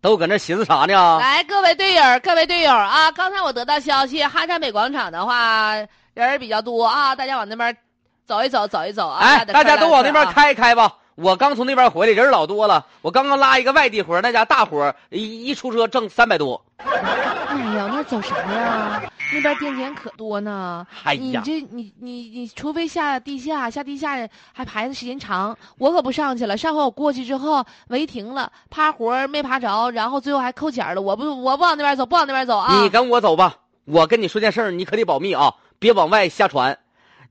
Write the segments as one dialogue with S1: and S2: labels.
S1: 都搁那寻思啥呢？
S2: 来，各位队友儿，各位队友儿啊！刚才我得到消息，哈站北广场的话人儿比较多啊，大家往那边走一走，走一走啊！
S1: 哎，大家都往那边
S2: 看。
S1: 开一开吧。我刚从那边回来，人老多了。我刚刚拉一个外地活儿，那家大伙儿一一出车挣三百多。
S2: 哎呀，那走啥呀？那边店点可多呢。
S1: 哎
S2: 你
S1: 呀，
S2: 这你你你，除非下地下，下地下还排的时间长，我可不上去了。上回我过去之后，违停了，趴活儿没爬着，然后最后还扣钱儿了。我不我不往那边走，不往那边走啊！
S1: 你跟我走吧。我跟你说件事儿，你可得保密啊，别往外瞎传。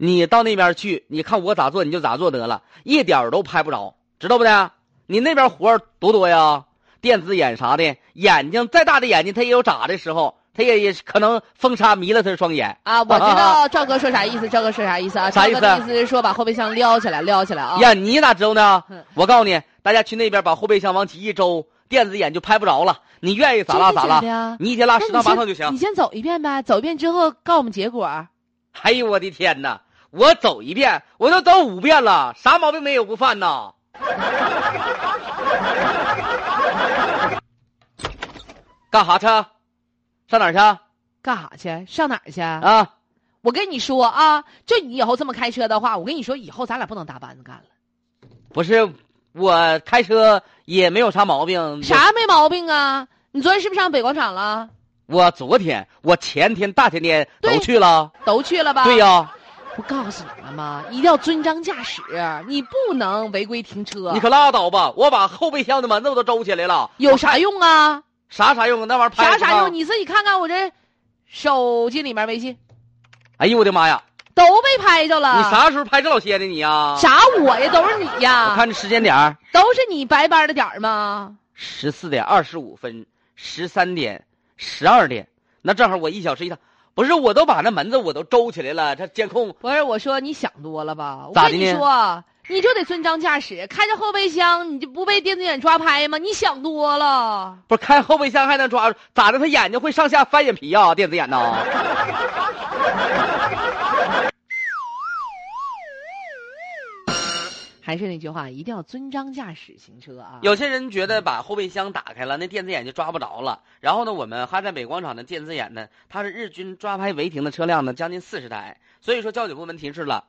S1: 你到那边去，你看我咋做你就咋做得了，一点儿都拍不着，知道不呢？你那边活儿多多呀，电子眼啥的，眼睛再大的眼睛，它也有眨的时候，它也也可能风沙迷了它的双眼。
S2: 啊，我知道赵哥说啥意思，赵哥说啥意思啊？
S1: 啥意
S2: 赵
S1: 思
S2: 哥的意思是说把后备箱撩起来，撩起来啊！
S1: 呀，你咋知道呢
S2: 嗯？
S1: 我告诉你，大家去那边把后备箱往起一周，电子眼就拍不着了。你愿意咋拉咋拉，
S2: 拉。
S1: 你一天拉
S2: 啊那
S1: 十
S2: 你
S1: 趟八
S2: 先
S1: 趟就行
S2: 你。先走一遍呗，走一遍之后告我们结果。
S1: 哎呦我的天哪！我走一遍，我都走五遍了，啥毛病没有不犯呐？ 干啥去？上哪儿去
S2: 干啥去？上哪儿去？
S1: 啊？
S2: 我跟你说啊，就你以后这么开车的话，我跟你说，以后咱俩不能搭班子干了。
S1: 不是，我开车也没有啥毛病。
S2: 啥没毛病啊？你昨天是不是上北广场了？
S1: 我？我昨天、我前天、大前天都
S2: 对
S1: 去了。
S2: 都去了吧？
S1: 对呀、
S2: 我告诉你了吗？一定要遵章驾驶，你不能违规停车
S1: 你。可拉倒吧！我把后备箱的门子我都周起来了，
S2: 有啥用啊？
S1: 啥啥用啊？那玩意儿拍
S2: 啥
S1: 不上
S2: 啥用？？你自己看看我这手机里面微信
S1: 哎呦我的妈呀！
S2: 都被拍着了。
S1: 你？啥时候拍这老些的你呀？
S2: 啊啥我呀？都是你
S1: 我
S2: 呀？
S1: 看这时间点儿，
S2: 都是你白班的点儿吗？
S1: 十四点二十五分，十三点，十二点，那正好我一小时一趟。不是，我都把那门子我都周起来了，这监控
S2: 不是，我说你想多了吧？我
S1: 咋
S2: 跟
S1: 的
S2: 你
S1: 呢
S2: 说，你就得遵章驾驶，开着后备箱，你就不被电子眼抓拍吗？你想多了。
S1: 不是开后备箱还能抓住，咋的？他眼睛会上下翻眼皮啊？电子眼呐？
S2: 还是那句话，一定要遵章驾驶行车啊！
S1: 有些人觉得把后备箱打开了，那电子眼就抓不着了。然后呢，我们哈站北广场的电子眼呢，它是日均抓拍违停的车辆呢将近四十台，所以说交警部门提示了，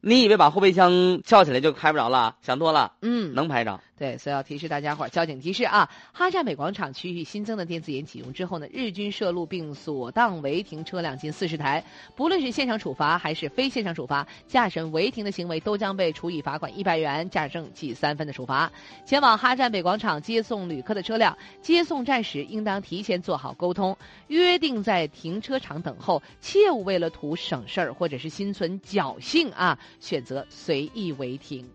S1: 你以为把后备箱翘起来就拍不着了？想多了，
S2: 嗯，
S1: 能拍着。
S2: 对，所以要提示大家伙儿，交警提示啊，哈站北广场区域新增的电子眼启用之后呢，日均涉路并所当违停车辆近四十台，不论是现场处罚还是非现场处罚，驾驶人违停的行为都将被处以罚款一百元、驾驶证记三分的处罚。前往哈站北广场接送旅客的车辆，接送站时应当提前做好沟通，约定在停车场等候，切勿为了图省事儿或者是心存侥幸啊，选择随意违停。